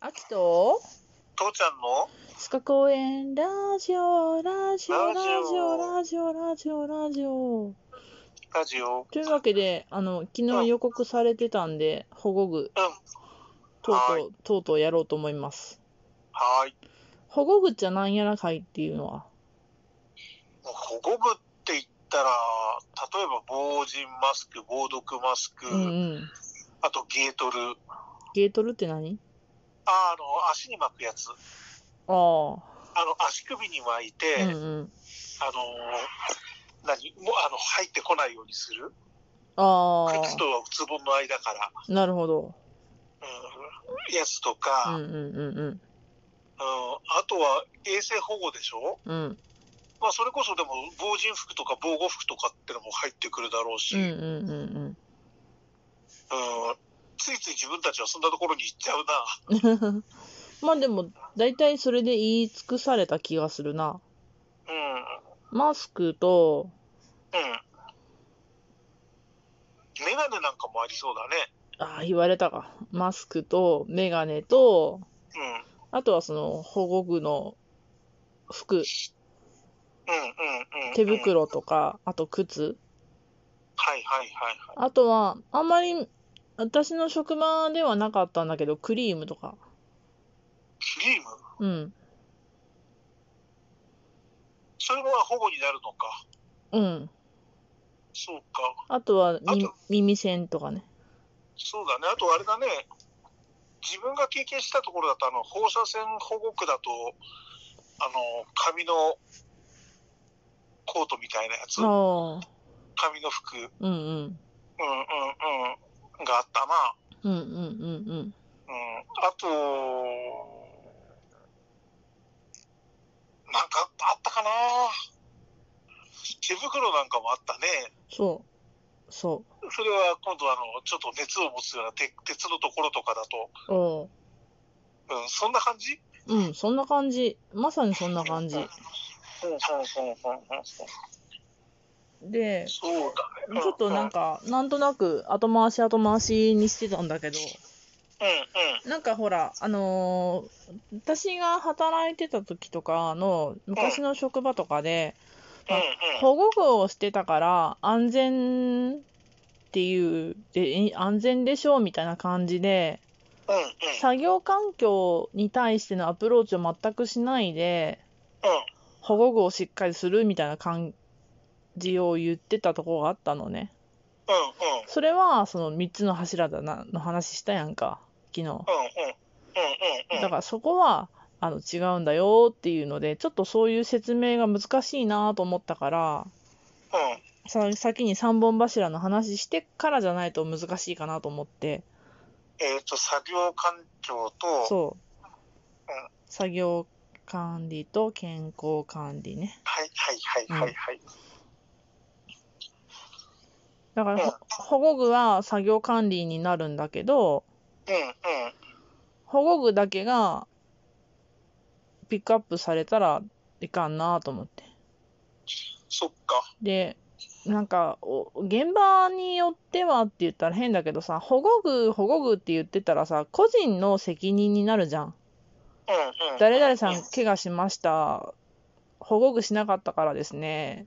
あきと父ちゃんの地下公園ラジオラジオララジジオオラジオラジオラジオラジオ。うん。というわけであの昨日予告されてたんで保護具とうはとうとうとうやろうと思いますはーい。保護具っちゃなんやらかいっていうのはもう保護具って言ったら、例えば防塵マスク、防毒マスク、うんうんあとゲートル。ゲートルって何あ、あの、足に巻くやつ。ああの、足首に巻いて、あうあんのうん何もう、あの、入ってこないようにする。あ靴とズボンの間から。あなるほどうん。やつとうんか、ううんん。うんあとは衛生保護でしょうんうんまあ、それこそでも、防塵服とか防護服とかってのも入ってくるだろうし、うんうんうんうんうんついつい自分たちはそんなところに行っちゃうな。まあでも大体それで言い尽くされた気がするなうん。マスクとうん。メガネなんかもありそうだああ、言われたか。マスクと、メガネと、ね。あとはその保護具の服、うん。うんうんうん。手うん。袋とか、あと靴。はいはいはいはい。あとは、あんまり私の職場ではなかったんだけど、クリームとか。クリームうん。それも保護になるのか。うん。そうか。あとはみあと耳栓とかね。そうだね。あとあれだね。自分が経験したところだと、あの、放射線保護区だと、あの、紙のコートみたいなやつ、ああ、紙の服、うんうんうんうん。うん、があったな。うんうんうんうん。うん、あと、なんかあったかな手袋なんかもあったね。そう。そそれは今度あの、ちょっと熱を持つような鉄鉄のところとかだと、う。おうん、そんな感じううん、そんな感じ。まさにそんな感じ。で、そうだね。ちょっとなんか、か、なんとなく後回し後回しにしてたんだけど、うんうん。なんかほら、あのー私が働いてた時とかの昔の職場とかで、うんうん。保護具をしてたから安全っていう、で安全でしょうみたいな感じで、うんうん。作業環境に対してのアプローチを全くしないで、うん。保護具をしっかりするみたいな感じを言ってたとこがあったのね。うんうん。それはその3つの柱だなの話したやんか昨日うんうん。うんうん。だからそこはあの違うんだよっていうのでちょっとそういう説明が難しいなと思ったからうん。さ先に3本柱の話してからじゃないと難しいかなと思ってえっと、作業環境と、そううん作業管理と健康管理ねはいはいはいはいはい。だからほ保護具は作業管理になるんだけどうんうん。保護具だけがピックアップされたらいかんなと思ってそっか。でなんかお現場によってはって言ったら変だけどさ保護具保護具って言ってたらさ個人の責任になるじゃんうんうん。誰々うさん怪我しました保護具しなかったからですね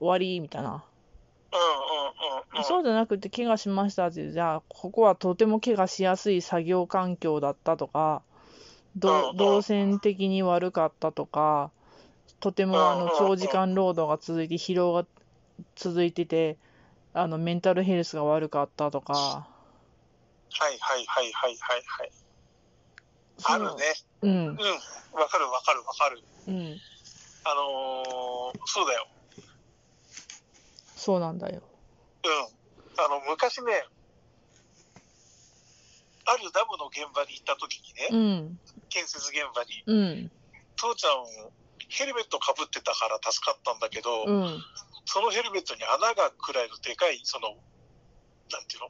終わりみたいな、うんうんうんうん。そうじゃなくて怪我しましたってじゃあここはとても怪我しやすい作業環境だったとかうんどうん動線的に悪かったとかとてもあうんのうんうん長時間労働が続いて疲労が続いててあのメンタルヘルスが悪かったとかはいはいはいはいはいはい。あるね。うんうん。わかるわかるわかる。うんあのー、そうだよ。そうなんだようん。あの、昔ね、あるダムの現場に行った時にうね、ん建設現場に、うん父ちゃん、ヘルメットかぶってたから助かったんだけど、うんそのヘルメットに穴がくらいのでかい、その、なんていうの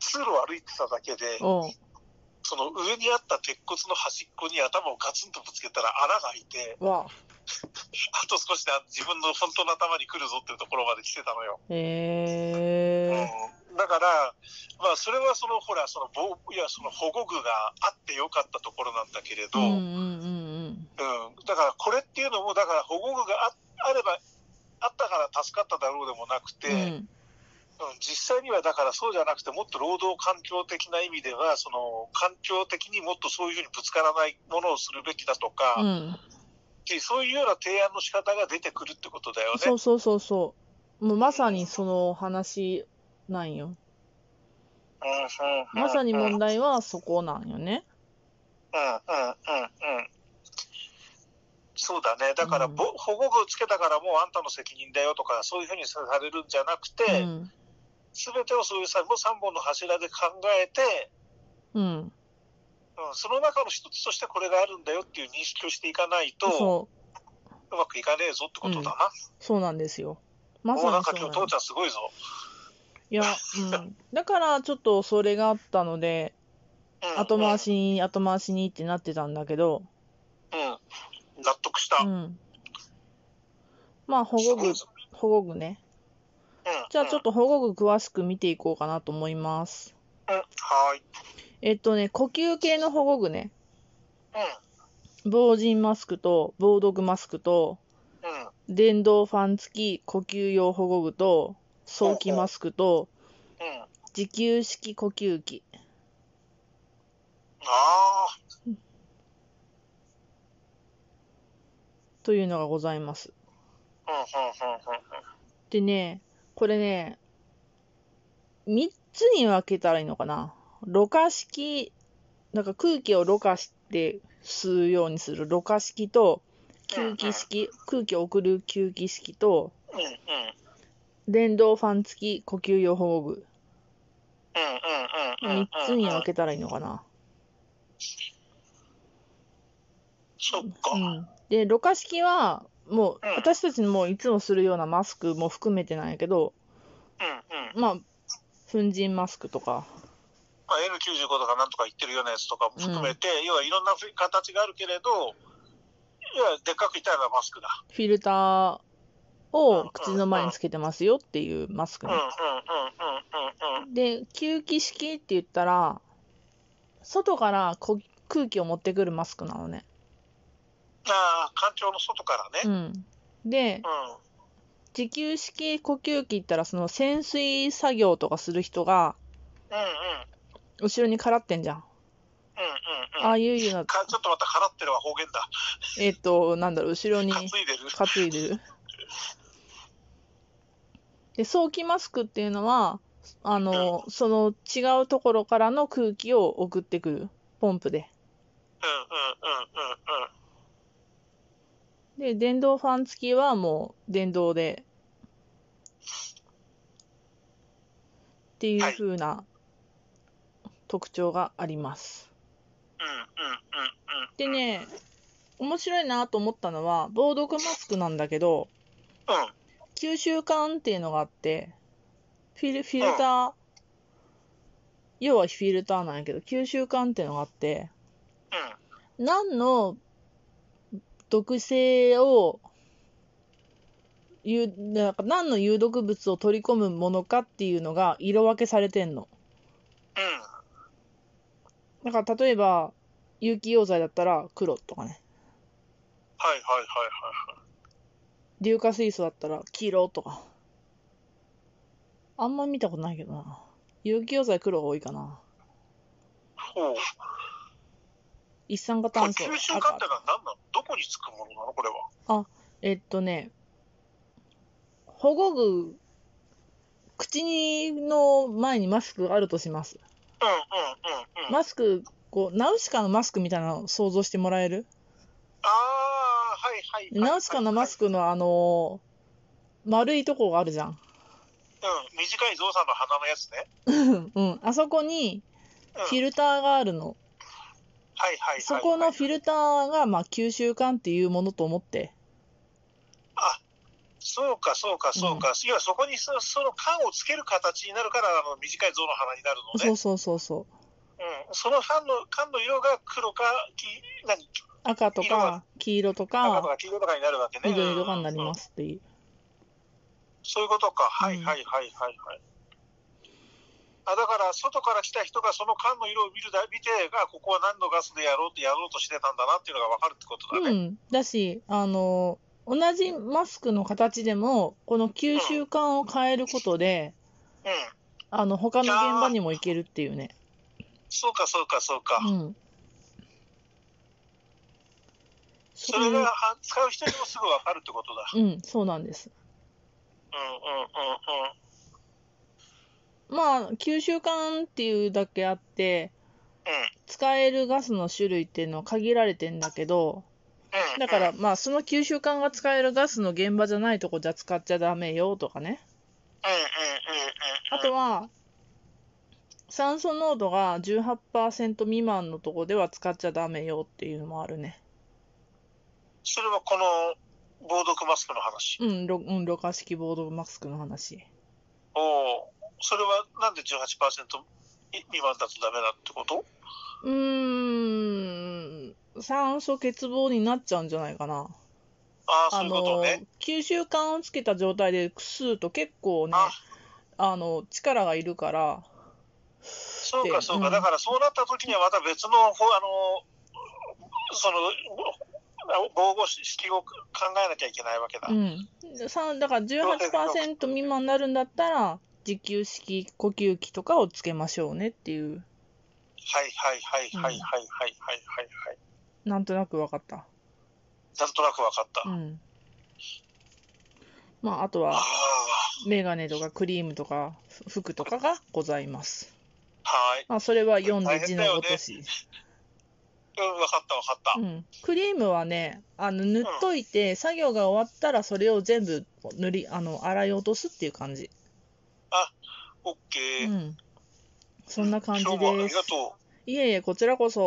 通路を歩いてただけで、おうその上にあった鉄骨の端っこに頭をガツンとぶつけたら穴が開いて、わあと少しで自分の本当の頭に来るぞっていうところまで来てたのよ。へえうん、だから、まあ、それはその、ほら、その、防いや、その保護具があってよかったところなんだけれうど、んううん、んうんだから、これっていうのも、だから、保護具がああれば、あったから助かっただろうでもなくて、うんううんん実際にはだからそうじゃなくて、もっと労働環境的な意味では、その環境的にもっとそういうふうにぶつからないものをするべきだとか、うんでそういうような提案の仕方が出てくるってことだよね。そうそうそうそうもうまさにその話なんよまさにも問題はそこなんよねうんうんうんうんそうだね、だから、うんぼ保護具をつけたからもうあんたの責任だよとか、そういうふうにされるんじゃなくうて、んすべ、てをそういうさもう3本の柱で考えて、うんうん、その中の一つとしてこれがあるんだよっていう認識をしていかないと、そううまくいかねえぞってことだそうなんですよな。まさもうなんにかそう今日、なん父ちゃんすごいぞ。いや、うん、だからちょっとそれがあったのでうん、後回しに後回しにってなってたんだけど、うん。うん、納得した。うん、まあ保す護ご具いぞ保護具ねうん、じゃあちょっと保護具詳しく見ていこうかなと思いますうん。うん、はーい。えっとね呼吸系の保護具ねう防塵マスクと防毒マスクとん、うん、電動ファン付き呼吸用保護具と早期マスクとうん。自給式呼吸器ああ、というのがございますうん、うん、うん、うん。でねこれね3つに分けたらいいのかなろ過式なんか空気をろ過して吸うようにするろ過式と吸気式空気を送る吸気式とうん、うん。電動ファン付き呼吸用保護具3 3つに分けたらいいのかなそっか。ううん、うん、うん、ん、で、ろ過式は、もう、うん私たちもいつもするようなマスクも含めてなんやけど、まあ、粉塵マスクとか、まあ、N95 とかなんとか言ってるようなやつとかも含めて、要はいろんな形があるけれど、いや、でっかく言ったらマスクだ。フィルターを口の前につけてますよっていうマスクうん、ねうん、うん、うん、うん、うん。で、吸気式って言ったら、外からこ空気を持ってくるマスクなのね。ああ、環境の外かうらね。ん。でう、ん、自給式呼吸器って言ったら、その潜水作業とかする人が、うん、うん、後ろにからってんじゃん。うん、あうん。あいうような、かちょっとまた払ってるは方言だ。えっ、と、なんだろう、後ろに。担いでる。担いでる。で、早期マスクっていうのは、あの、その違うところからの空気を送ってくる。ポンプで。うん、うん、うん、うん、うん。で、電動ファン付きはもう電動で。っていう風な特徴があります。うん、うん、うん、うん。でね、面白いなと思ったのは、防毒マスクなんだけど、うん、うん、吸収管っていうのがあって、フィル、フィルター、要はフィルターなんやけど、吸収管っていうのがあって、何の毒性を、ゆなんか何の有毒物を取り込むものかっていうのが色分けされてんの。うん。だから例えば、有機溶剤だったら黒とかね。はい、はい、はい、はい。硫化水素だったら黄色とか。あんま見たことないけどな。有機溶剤黒が多いかな。ほう。一酸化これ、炭素吸収赤管ってのは何なのどこにつくものなのこれは。えっとね保護具口にの前にマスクがあるとしますうんうんうんうん。あマスクこうナウシカのマスクみたいなのを想像してもらえるあー、はいはいはい、はい。ナウシカのマスクのあのー丸いとこがあるじゃんうん、短いゾウさんの鼻のやつね。うんあそこにうん、フィルターがあるのはいはいはい、はい。そこのフィルターがまあ吸収管っていうものと思ってあ、そうかそうかそうか。要はそこにそその缶をつける形になるから、あの短いゾウの鼻になるのそね。うそうそうそううん、その缶の缶の色が黒か、き何赤とか黄色と赤とかか黄色とかになるわけね。緑とかになりうんうまんうんすっていうそういうことか。はいうんはいはいはいはい。あだから外から来た人がその缶の色を見るだ見てがここは何のガスでやろうってやろうとしてたんだなっていうのが分かるってことだうね。ん。だし、あの、同じマスクの形でも、この吸収管を変えることで、うん、あの、他の現場にも行けるっていうね。そうかそうかそうか。うん。それがあ使う人にもすぐ分かるってことだ。うん、そうなんです。うんうんうんうん。まあ、吸収管っていうだけあって、うん使えるガスの種類っていうのは限られてんだけど、うんだかうらんまあその吸収管が使えるガスの現場じゃないとこじゃ使っちゃダメよとかね。うんうんうんあとは酸素濃度が18%未満のとこでは使っちゃダメよっていうのもあるね。それはこの防毒マスクの話。うん、ろうん、ろ過式ボードマスクの話。おお、それはなんで18%未満だとダメだってことうーん、酸素欠乏になっちゃうんじゃないかな。ああ、そあういうことのね。、吸収管をつけた状態で吸うと結構ね、ああの、力がいるから、そうか、そうか、うんだからそうなった時にはまた別のほあのその防護式を考えなきゃいけないわけだ。ううんん、さだから18%未満になるんだったら、自給式呼吸器とかをつけましょうねっていう、はいはいはいはいはいはいはいはいはい。なんとなく分かった。なんとなくわかった。うん。まあ、あとあは、あ、メガネとかクリームとか、ふ服とかがございます。はい。まあ、それは読んで字の落とし。うん、わかったわかった。うん。クリームはね、あの、塗っといて、作業が終わったら、それを全部塗り、あの、洗い落とすっていう感じ。オッケうー。ん。そんな感じ今日もあでりすが。とう。いえいえ、こちらこそ。